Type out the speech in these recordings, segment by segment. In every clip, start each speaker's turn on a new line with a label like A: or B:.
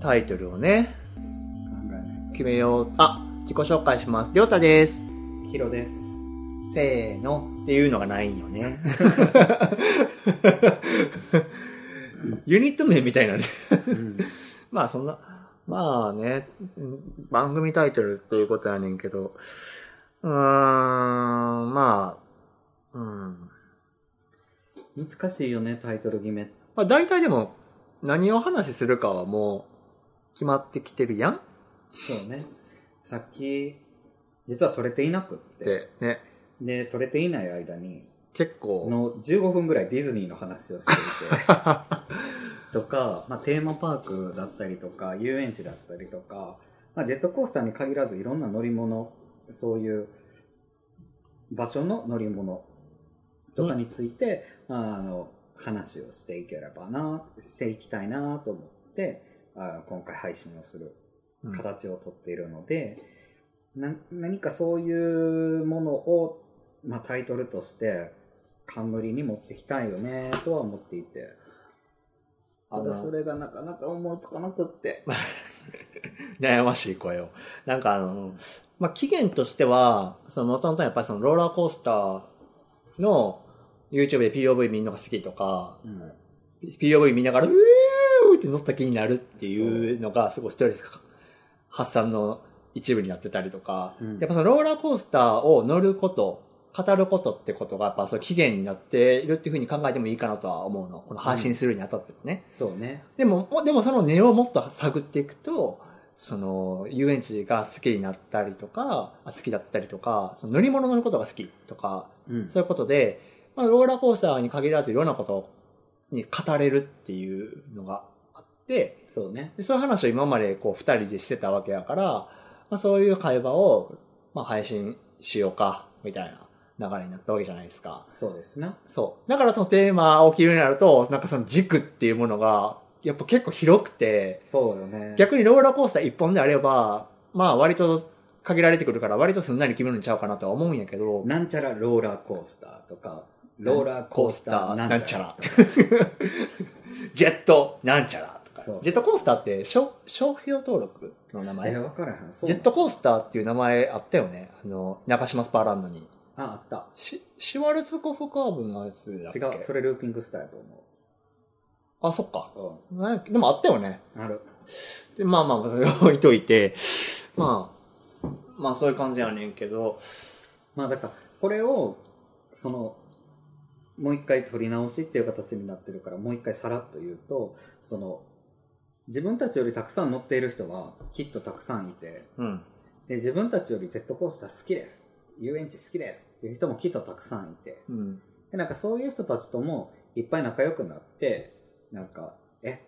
A: タイトルをね、
B: 考えない
A: 決めよう。あ、自己紹介します。りょうたです。
C: ヒロです。
A: せーの。っていうのがないんよね。 ユニット名みたいなんで。
B: と。うん。
A: まあそんな、まあね、うん番組タイトルっていうことやねんけど、うーん、まあ、うん。
C: 難しいよね、タイトル決め。
A: まあ大体でも何を話するかはもう決まってきてるやんっ
C: そうね。さっき、実は取れていなくって。
A: てね、
C: で、取れていない間に、
A: 結構、
C: の15分ぐらいディズニーの話をしていて、とか、まあ、テーマパークだったりとか、遊園地だったりとか、まあ、ジェットコースターに限らずいろんな乗り物、そういう場所の乗り物とかについて、あの、話をしていければな、していきたいなと思って、あ今回配信をする
A: うん
C: 形をとっているので、な何かそういうものを、まあ、タイトルとして冠に持ってきたいよねとは思っていて
A: あ
C: た
A: の
C: だそれがなかなか思いつかなくって
A: 悩ましい声を。なんかあの、まあ期限としては、その元々やっぱりそのローラーコースターの YouTube で POV 見るのが好きとか、
C: うん、
A: POV 見ながら、うーって乗った気になるっていうのが、すごいストレス発散の一部になってたりとか、
C: うん
A: やっぱそのローラーコースターを乗ること、語ることってことが、やっぱその起源になっているっていうふうに考えてもいいかなとは思うの。この配信するにあたってもね。
C: そうね
A: でも、もでもその根をもっと探っていくと、その、遊園地が好きになったりとか、あ好きだったりとか、その乗り物乗ることが好きとか、
C: うん
A: そういうことで、まあ、ローラーコースターに限らずいろんなことに語れるっていうのがあって、
C: そうね
A: でそういう話を今までこう二人でしてたわけやから、まあ、そういう会話を、まあ、配信しようか、みたいな流れになったわけじゃないですか。
C: そうですな
A: そう。だからそのテーマを切るようになると、なんかその軸っていうものが、やっぱ結構広くて、
C: そうよね
A: 逆にローラーコースター一本であれば、まあ割と限られてくるから割とすんなり決めるんちゃうかなとは思うんやけど、
C: なんちゃらローラーコースターとかローラーコースター
A: なんちゃら。ジェットなんちゃらと
C: そ
A: か
C: う。
A: ジェットコースターって商商標登録の名
C: え
A: 前
C: 分からへんそう
A: ジェットコースターっていう名前あったよね。あの、中島スパーランドに。
C: ああっ
A: シシュワルツコフカーブのやつだったけ
C: 違うそれルーピングスターやと
A: あ、そっか。
C: 思
A: なんやでもあったよね。
C: ううんある
A: で、まあまあ、それを置いといて、まあ、まあそういう感じやねんけど、
C: まあだからこれをそのもう一回取り直しっていう形になってるからもう一回さらっと言うとその自分たちよりたくさん乗っている人はきっとたくさんいて
A: うん。
C: で自分たちよりジェットコースター好きです遊園地好きですっていう人もきっとたくさんいて
A: うん。
C: でなんかそういう人たちともいっぱい仲良くなってなんか「え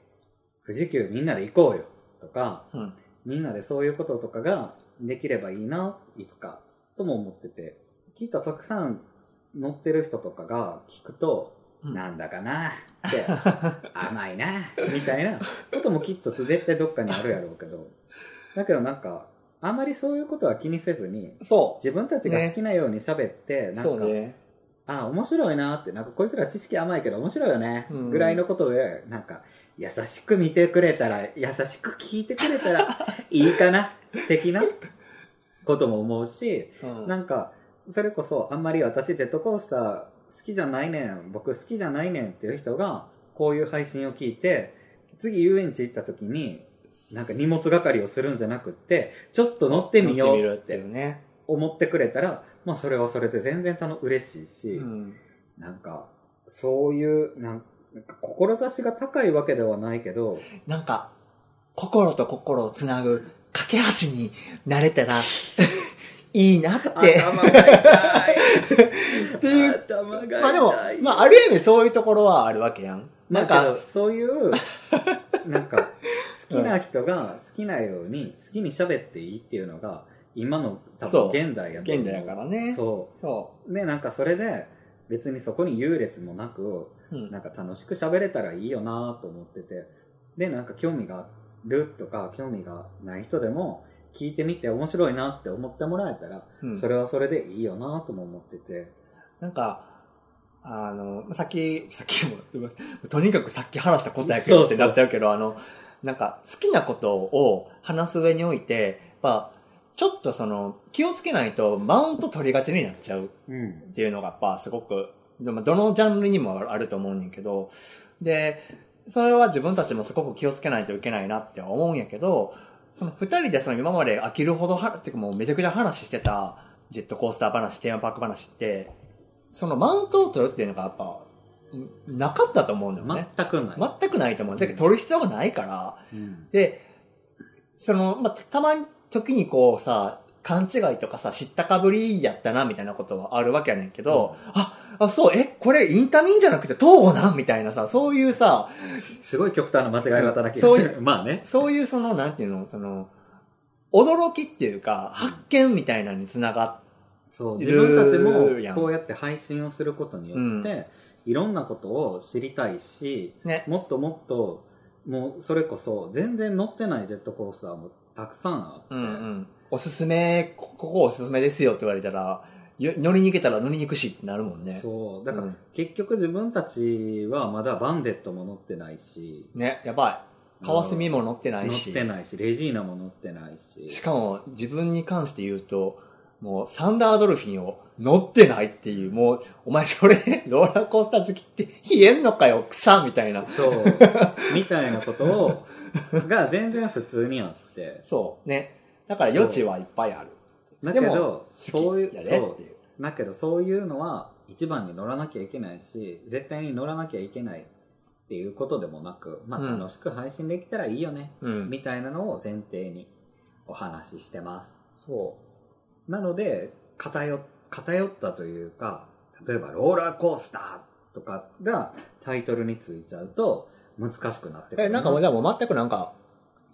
C: 富士急みんなで行こうよ」とか
A: うん。
C: みんなでそういうこととかができればいいな、いつか、とも思ってて。きっとたくさん乗ってる人とかが聞くと、
A: うん
C: なんだかなって、甘いな、みたいなこともきっと絶対どっかにあるやろうけど。だけどなんか、あんまりそういうことは気にせずに、
A: そ
C: 自分たちが好きなように喋って、
A: う。
C: な
A: そ
C: ん
A: う
C: か、
A: ね。
C: あ、面白いなって、なんかこいつら知識甘いけど面白いよね、
A: うん
C: ぐらいのことで、なんか、優しく見てくれたら、優しく聞いてくれたらいいかな、的なことも思うし、
A: うん
C: なんか、それこそあんまり私ジェットコースター好きじゃないねん、僕好きじゃないねんっていう人が、こういう配信を聞いて、次遊園地行った時に、なんか荷物係をするんじゃなくって、ちょっと乗ってみようっ
A: 乗ってみるってい
C: て
A: うね。
C: 思ってくれたら、まあそれはそれで全然たの嬉しいし、
A: うん。
C: なんか、そういう、なんなんか、志が高いわけではないけど、
A: なんか、心と心をつなぐ架け橋になれたら いいなって。
C: 頭が痛い。
A: っていう。
C: 頭が痛い。
A: まあでも、まあある意味そういうところはあるわけやん。
C: な
A: なんん
C: か
A: か、、
C: そう いう、なんか、好きな人が好きなように、好きに喋っていいっていうのが、今の、多
A: そう
C: 分現代やと思う
A: 現代やからね
C: そ。
A: そう
C: で、なんかそれで、別にそこに優劣もなく、
A: う。うん
C: なんか楽しく喋れたらいいよなと思ってて。で、なんか興味があるとか、興味がない人でも、聞いてみて面白いなって思ってもらえたら、
A: うん
C: それはそれでいいよなとも思ってて。
A: なんか、あの、さっき、さっきも、とにかくさっき話したことやけ
C: そ
A: ど
C: う
A: っ
C: そう
A: てなっちゃうけど、あの、なんか好きなことを話す上において、まあ、ちょっとその気をつけないとマウント取りがちになっちゃう
C: うん
A: っ。ていうのがやっぱすごく、でもどのジャンルにもあると思うねんけど、で、それは自分たちもすごく気をつけないといけないなって思うんやけど、その二人でその今まで飽きるほどは、ってかもうめちゃくちゃ話してたジェットコースター話、テーマパーク話って、そのマウントを取るっていうのがやっぱ、んなかったと思うんだよね。
C: 全くない。
A: 全くないと思う。だけど取る必要がないから、
C: うん。
A: で、その、まあ、たたまに、時にこうさ、勘違いとかさ、知ったかぶりやったな、みたいなことはあるわけやねんけど、あ、あ、そう、え、これインタミンじゃなくて東なみたいなさ、そういうさ、
C: すごい極端な間違い方だけ
A: そうい
C: ど、 まあね。
A: そういうその、なんていうの、その、驚きっていうか、発見みたいなのにつなが
C: そう、
A: い
C: 自
A: る
C: 分たち
A: やん
C: もこうやって配信をすることによって、
A: う
C: いろんなことを知りたいし、
A: っね。
C: もっともっと、もうそれこそ全然乗ってないジェットコースターもたくさんあって、
A: うんうん。おすすめ、こここおすすめですよって言われたら、よ乗りに行けたら乗りに行くしってなるもんね。
C: そう、だから
A: うん
C: 結局自分たちはまだバンデットも乗ってないし、
A: ね、やばい。カワセミも乗ってないし。
C: 乗ってないし、レジーナも乗ってないし、
A: しかも自分に関して言うと、もうサンダードルフィンを乗ってないっていう、もう、お前それ、ローラーコースター好きって冷えんのかよ、草みたいな。
C: そう、みたいなことを、が全然普通にあって、
A: そう、ね。だから余地はいっぱいある。
C: だけ
A: で
C: ど
A: も、
C: そ
A: 好
C: う
A: き
C: いう、
A: やで
C: そう
A: って、いう。
C: だけどそういうのは一番に乗らなきゃいけないし絶対に乗らなきゃいけないっていうことでもなく、まあ、
A: うん
C: 楽しく配信できたらいいよね、
A: うん。
C: みたいなのを前提にお話ししてます
A: そ
C: なので偏偏ったというか例えば「ローラーコースター」とかがタイトルについちゃうと難しくなって
A: う。え、なんかもう、
C: う
A: でもう全くなんか、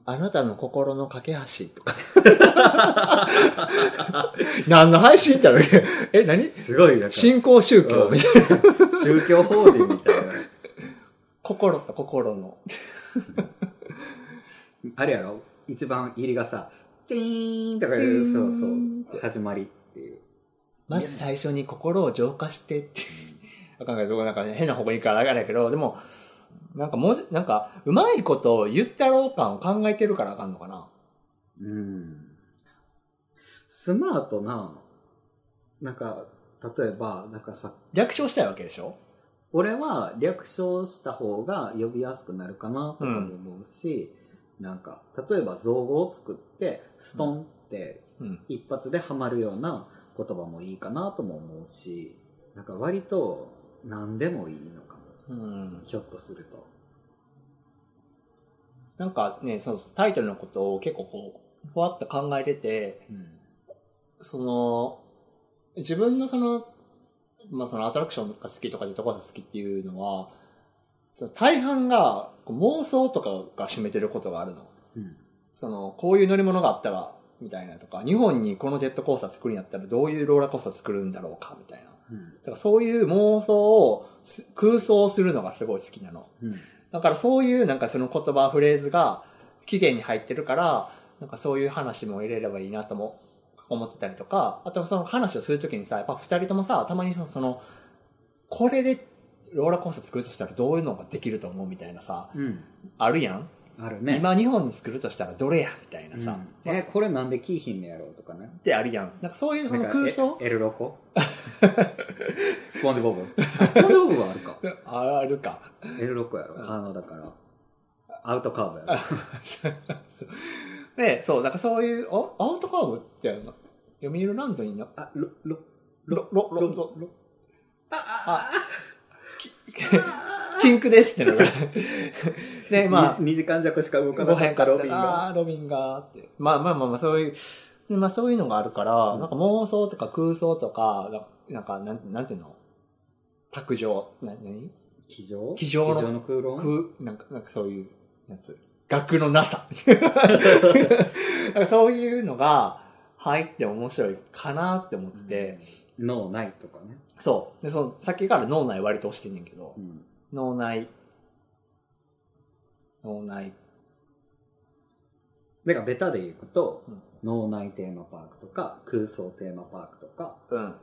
A: あなたの心の架け橋とか。何の配信ってあるっけえ、何
C: すごいなんか宗
A: 信仰宗教
C: うん
A: みたいな。
C: 教法人みたいな
A: 心と心の。
C: あれやろ一番入りがさ「チーン」とかいうそうそう始まりっていう
A: まず最初に心を浄化してって。あかんけど、なんかね、変な方向に行くからあれやけど、でも、なんかもう、なんか、うまいことを言ったろう感を考えてるからあかんのかな。
C: うんスマートな、なんか、例えば、なんかさ、
A: 略称したいわけでしょ
C: 俺は略称した方が呼びやすくなるかなとかも思うし、なんか、例えば造語を作って、ストンって
A: うん。
C: 一発でハマるような言葉もいいかなとも思うし、なんか割と何でもいいのかも、
A: うん。
C: ひょっとすると。
A: なんかね、そのタイトルのことを結構こう、ふわっと考えてて、その、自分のその、まあそのアトラクションが好きとかジェットコースター好きっていうのは、その大半がこう妄想とかが占めてることがあるの。
C: うん
A: その、こういう乗り物があったら、みたいなとか、日本にこのジェットコースター作るんやったらどういうローラーコースター作るんだろうか、みたいな。
C: うん
A: だからそういう妄想をす空想するのがすごい好きなの。
C: うん
A: だからそういうなんかその言葉、フレーズが起源に入ってるから、なんかそういう話も入れればいいなとも思ってたりとか、あとその話をするときにさ、やっぱ二人ともさ、たまにその、そのこれでローラーコースター作るとしたらどういうのができると思うみたいなさ、
C: うん。
A: あるやん、
C: あるね。
A: 今日本に作るとしたらどれやみたいな
C: うん
A: さ。まあ
C: え、これなんでキーヒンのやろうとかね。
A: ってあるやん。なんかそういうその空想
C: エルロコ スポンジボブスポンジボブはあるか。
A: あるか。
C: エルロコやろ。
A: うん
C: あの、だから、アウトカーブやろ。
A: で、そう、だからそういう、あアウトカーブって、読売ランドにな、
C: あ、ロ、ロ、
A: ロ、ロ、ロ、ロ、
C: ロ。
A: あ、 キンクですってのが。で、まあ、
C: 2時間弱しか動かな
A: ご
C: か
A: 変
C: った
A: かロ
C: ロ
A: ビ
C: ビ
A: ン
C: ン
A: が。
C: が。
A: あーロビンがって。まあまあまあまあ、そういう、でまあそういうのがあるから、
C: うん
A: なんか妄想とか空想とか、なんか、なんてなんていうの卓上、な、何
C: 気上
A: 机上の
C: の空論
A: く、なんか、なんかそういうやつ。学のなさ。 なんかそういうのが入って面白いかなって思ってて、
C: 脳ないとかね。
A: そう。で、その、さっきから脳内割と押してんねんけど
C: う、ん
A: 脳内、脳内、
C: だから、ベタで言うと
A: うん、
C: 脳内テーマパークとか、空想テーマパークとか、
A: うん。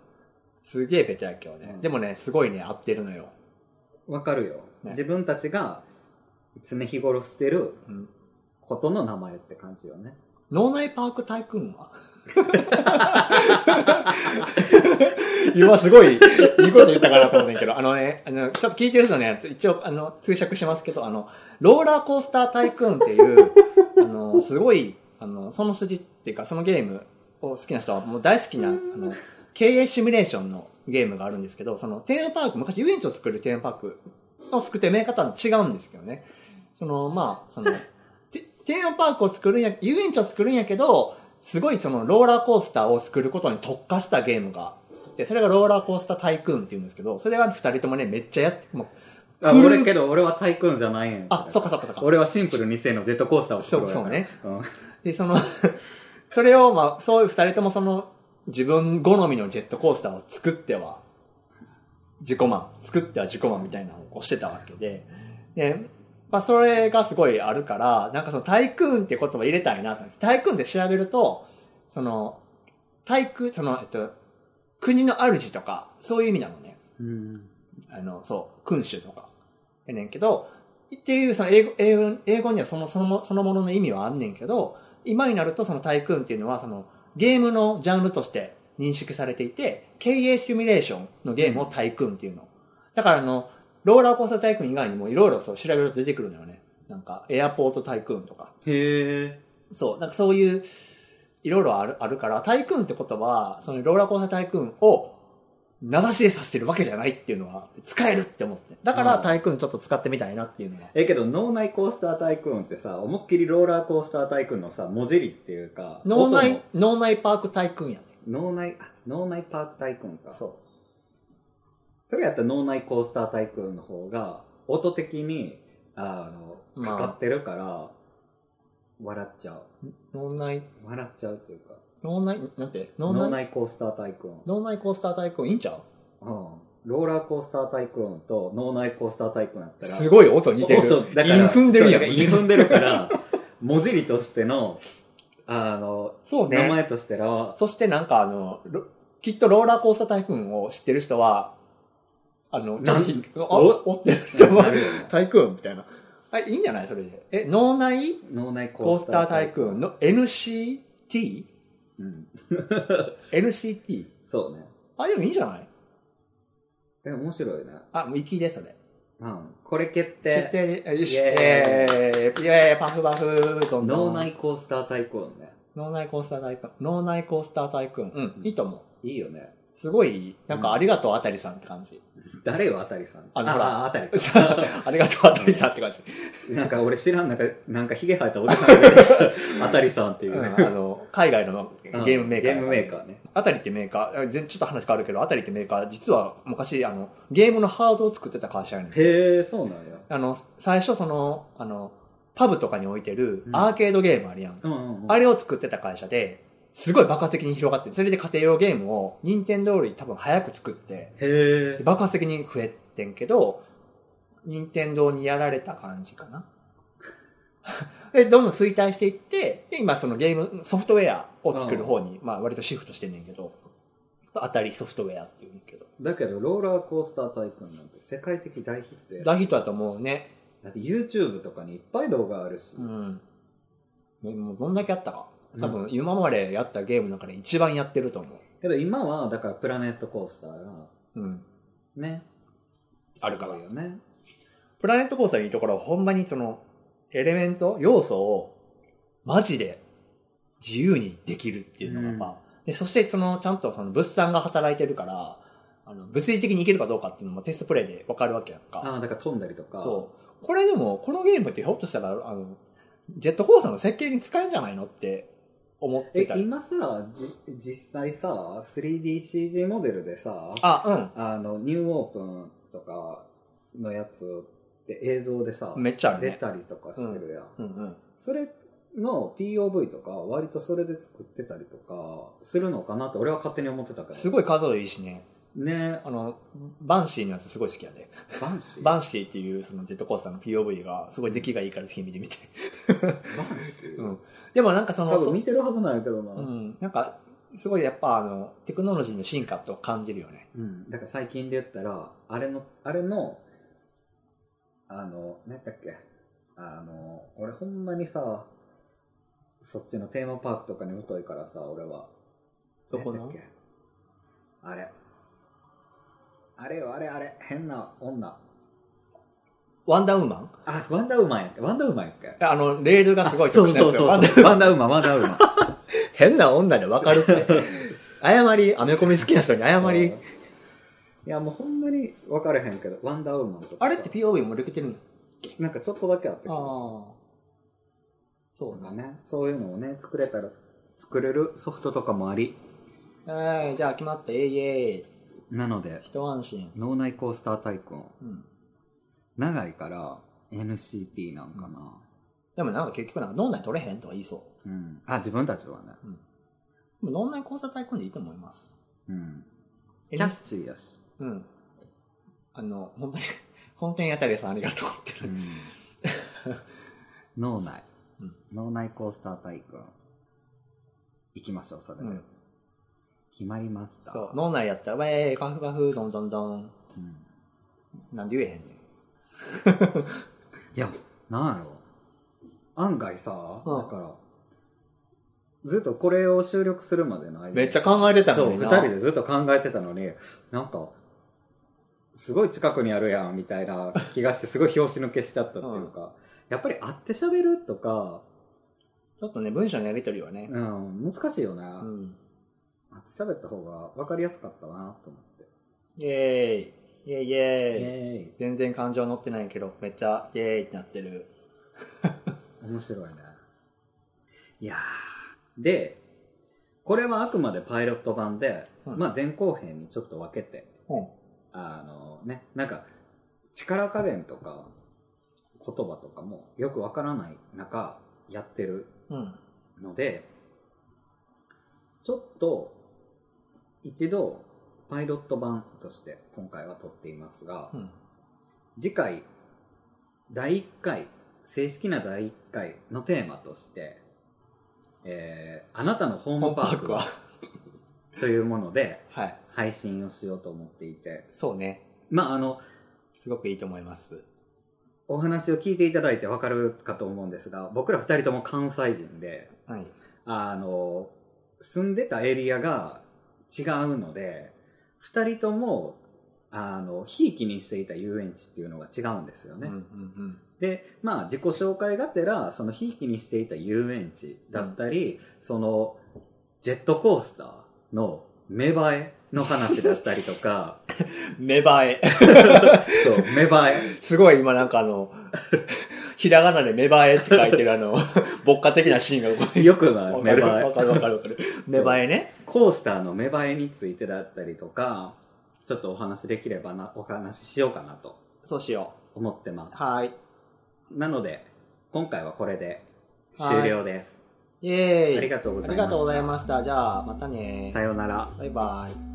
A: すげえペチャや今日ね、
C: うん
A: でもね、すごいね、合ってるのよ。
C: わかるよ。
A: ね
C: 自分たちが常日頃してる
A: うん。
C: ことの名前って感じよね。
A: 脳内パークタイクーンは 今すごい、いいこと言ったかなと思うねんけど、あのね、あの、ちょっと聞いてる人ね、一応、あの、通釈しますけど、あの、ローラーコースタータイクーンっていう、あの、すごい、あの、その筋っていうか、そのゲームを好きな人はもう大好きな、あの、経営シミュレーションのゲームがあるんですけど、その、テーマパーク、昔遊園地を作るテーマパークを作ってるメーカーとは違うんですけどね。その、まあ、その、てテーマパークを作るんや、遊園地を作るんやけど、すごいそのローラーコースターを作ることに特化したゲームがあって、それがローラーコースタータイクーンって言うんですけど、それは二人ともね、めっちゃやって、もう、
C: あ
A: クルー
C: 俺けど、俺はタイクーンじゃないんや
A: あ、そっかそっかそっか。
C: 俺はシンプル2世のジェットコースターを作ろうやから
A: そうそうね。
C: うん
A: で、その、 それを、まあ、そういう二人ともその、自分好みのジェットコースターを作っては、自己満、作っては自己満みたいなのをしてたわけで、で、まあ、それがすごいあるから、なんかその、タイクーンって言葉入れたいなと思って、タイクーンって調べると、その、タイク、その、えっと、国の主とか、そういう意味なのね。
C: うん。
A: あの、そう、君主とか、やねんけど、っていう、その英語、英語英語にはその、そのも、そのものの意味はあんねんけど、今になるとそのタイクーンっていうのは、その、ゲームのジャンルとして認識されていて、経営シミュレーションのゲームをタイクーンっていうの。だからあの、ローラーコースタータイクーン以外にもいろいろそう調べると出てくるのよね。なんか、エアポートタイクーンとか。
C: へえ。
A: そう、なんかそういう、いろいろあるあるから、タイクーンって言葉は、そのローラーコースタータイクーンを、名指しでさせてるわけじゃないっていうのは、使えるって思って。だから、
C: うん
A: タイクーンちょっと使ってみたいなっていうのは。
C: ええけど、脳内コースタータイクーンってさ、思いっきりローラーコースタータイクーンのさ、文字りっていうか、
A: 脳
C: 音
A: 内
C: の、
A: 脳内パークタイクーンやね。
C: 脳内、あ、脳内パークタイクーンか。そ
A: そ
C: れやったら脳内コースタータイクーンの方が、音的に、あの、
A: まあ
C: かかってるから、笑っちゃう。
A: う。脳内、
C: 笑っちゃうっていうか、
A: 脳内、なんて、脳
C: 脳
A: 内、
C: 内コースタータイクーン。
A: 脳内コースタータイクーンいいんちゃう
C: うん。ローラーコースタータイクーンと脳内コースタータイクーンやったら、
A: すごい音似てる。
C: 音だから
A: イン踏んでるやん
C: そうだからイン踏んでるから、文字りとしての、あの、
A: そうね。
C: 名前としては、
A: そしてなんかあの、ロきっとローラーコースタータイクーンを知ってる人は、あの、ちょっとひあ、
C: お
A: おってる人
C: な
A: は
C: るよね、
A: タイクーンみたいな。あ、いいんじゃないそれで。え、脳内
C: 脳内コ
A: コ
C: ー
A: ー
C: ス
A: ス
C: タ
A: タ
C: ー
A: ー
C: タ
A: タ
C: イ
A: イ
C: ク
A: ク
C: ー
A: ー
C: ン
A: ンの NCT?NCT?
C: うん。そうね。
A: あ、でもいいんじゃない
C: でも面白いね。
A: あ、もう粋で、それ。
C: うん。これ決定。
A: 決定で、よし、
C: イ
A: イ
C: エ
A: ェーイイェーイパフパフどんど
C: 脳
A: ん
C: 内コースタータイクーンね。
A: 脳内コースタータイクーン。脳内コースタータイクーン。うん、いいと思う。
C: いいよね。
A: すごい、なんかありがとうあたりさんって 感じ。
C: 誰よ、あたりさん。
A: あのほら
C: あたりか。
A: ありがとうあたりさんって感じ。
C: なんか俺知らん、なんか、 なんかヒゲ生えたおじさんが出てき た。あたりさんっていう。
A: うんあの、海外の
C: うん
A: ゲームメーカー。
C: ゲームメーカーね。
A: アタリってメーカー、あ全ちょっと話変わるけど、アタリってメーカー、実は昔、あの、ゲームのハードを作ってた会社やねん。
C: へえ、そうなんや。
A: あの、最初その、あの、パブとかに置いてる
C: うん
A: アーケードゲームあるやん。
C: うんうんうん。
A: あれを作ってた会社で、すごい爆発的に広がって、それで家庭用ゲームを任天堂より多分早く作って、
C: へえ。
A: 爆発的に増えてんけど、任天堂にやられた感じかな。 で、どんどん衰退していって、で、今そのゲーム、ソフトウェアを作る方に、まあ割とシフトしてんねんけど、当たりソフトウェアっていうんだけど。
C: だけど、ローラーコースタータイクーンなんて世界的大ヒットや。
A: 大ヒットだと思うね。
C: だって YouTube とかにいっぱい動画あるし
A: う。ん。ねもうどんだけやったか。多分今までやったゲームの中で一番やってると思
C: けど今は、だからプラネットコースターが、
A: う。うん。
C: ね。
A: あるから
C: すごいよね。
A: プラネットコースターのいいところはほんまにその、エレメント、要素を、マジで、自由にできるっていうのがやっぱ、で、そしてその、ちゃんとその物産が働いてるから、あの、物理的にいけるかどうかっていうのもテストプレイでわかるわけやんか。
C: ああ、だから飛んだりとか。
A: そう。これでも、このゲームってひょっとしたら、あの、ジェットコースターの設計に使えるんじゃないのって思って
C: え
A: た、。
C: 今さ、じ実際さ、3DCG モデルでさ、あ
A: あ、
C: の、ニューオープンとかのやつって映像でさ
A: うん。、めっちゃある
C: 出
A: ね。
C: たりとかしてるやん。
A: うんうん。
C: それの POV とか、割とそれで作ってたりとか、するのかなって俺は勝手に思ってたから。
A: すごい数いいしね。
C: ね
A: あの、バンシーのやつすごい好きやで。
C: バンシー
A: バンシーっていうそのジェットコースターの POV がすごい出来がいいからぜひ見てみ て。
C: バンシー
A: うんでもなんかそ
C: 多
A: の、
C: 分
A: そ
C: 見てるはずなんやけどな。
A: うん、なんかすごいやっぱあの、テクノロジーの進化と感じるよね。
C: うん、だから最近で言ったら、あれの、あれの、あの、何だっけ、あの、俺ほんまにさ、そっちのテーマパークとかに疎いからさ、俺は。
A: どこ
C: な
A: の
C: んだっけあれ。あれよ、あれあれ。変な女。
A: ワンダーウーマン
C: あ、ワンダーウーマンやっけワンダーウーマンやっけ
A: あの、レールがすごい
C: そ
A: 特
C: う
A: 殊な
C: そ
A: や
C: う
A: つ
C: そう。
A: よ。
C: ワ
A: ワ
C: ン
A: ン
C: ダ
A: ダ
C: ーウーマン、ワンダーウーマン。
A: 変な女でわかる って。謝り、アメコミ好きな人に謝
C: うん
A: り
C: い。や、もうほんまに分かれへんけど、ワンダーウーマンとか。
A: あれって POV もできてるの
C: なんかちょっとだけあったけど
A: ああ。そ
C: そう
A: う
C: だ
A: だね。
C: ね。そういうのをね、作れたら、作れるソフトとかもあり。
A: はい、じゃあ決まった。えいえい。
C: なので、
A: 一安心。
C: 脳内コースタータイコン。
A: うん。
C: 長いから NCT なんかな。
A: でもなんか結局なんか脳内取れへんとは言いそ
C: うん。あ、自分たちはね。
A: う。でも脳内交差対抗でいいと思います。
C: うん。
A: え
C: キャッチーやし。
A: うん。あの、本当に、 本店あたりさんありがとうって
C: う
A: る。
C: ん脳内
A: うん。
C: 脳内コースタータイコン。行きましょう、それで。
A: うん
C: 決まりました。
A: そう。脳内やったら、わえー、パフパフ、どんどんどん。
C: うん
A: なんで言えへんねん。
C: いや、なんやろ。案外さ、
A: うん
C: だから、ずっとこれを収録するまでの間に
A: めっちゃ考えてたの
C: そう、
A: に
C: 二
A: な。
C: 人でずっと考えてたのに、なんか、すごい近くにあるやん、みたいな気がして、すごい拍子抜けしちゃったっていうか、やっぱり会って喋るとか、
A: ちょっとね、文章のやりとりはね。
C: うん、難しいよね。
A: うん。
C: 会って喋った方が分かりやすかったなと思って。
A: イェーイ。イェイ
C: イ
A: イェーイ。
C: ェーイ。
A: 全然感情乗ってないけど、めっちゃ、イェーイってなってる。
C: 面白いね。いやーで、これはあくまでパイロット版で、
A: うん
C: まあ前後編にちょっと分けて、
A: うん。
C: あのね、なんか力加減とか言葉とかもよくわからない中やってる
A: うん。
C: ので、ちょっと一度パイロット版として今回は撮っていますが、
A: うん。
C: 次回第1回正式な第1回のテーマとして、えーあなたのホームパークは
A: ホームパ
C: というもので
A: ークは。はい。
C: 配信をしようと思っていて
A: そうね。
C: まああの
A: すごくいいと思います。
C: お話を聞いていただいてわかるかと思うんですが僕ら2人とも関西人で
A: はい。
C: あの住んでたエリアが違うので2人ともあのひいきにしていた遊園地っていうのが違うんですよね。
A: うんうん
C: で、まあ、自己紹介がてら、そのひいきにしていた遊園地だったり、その、ジェットコースターの芽生えの話だったりと か、
A: うん。芽生え。
C: そう、芽生え。
A: すごい今なんかあ の、ひらがなで芽生えって書いてるあの、牧歌的なシーンが
C: よくない
A: わ
C: 芽
A: かる
C: 生
A: わ
C: え。
A: かるわかるわかる。芽生えね。
C: コースターの芽生えについてだったりとか、ちょっとお話できればな、お話ししようかなと
A: そうしよ
C: 思ってま
A: う。
C: す。
A: はい。
C: なので、今回はこれで終了です。
A: イェーイ。
C: ありがとうございました
A: ありがとうございました。じゃあ、またね
C: さ。ようなら。
A: バイバイ。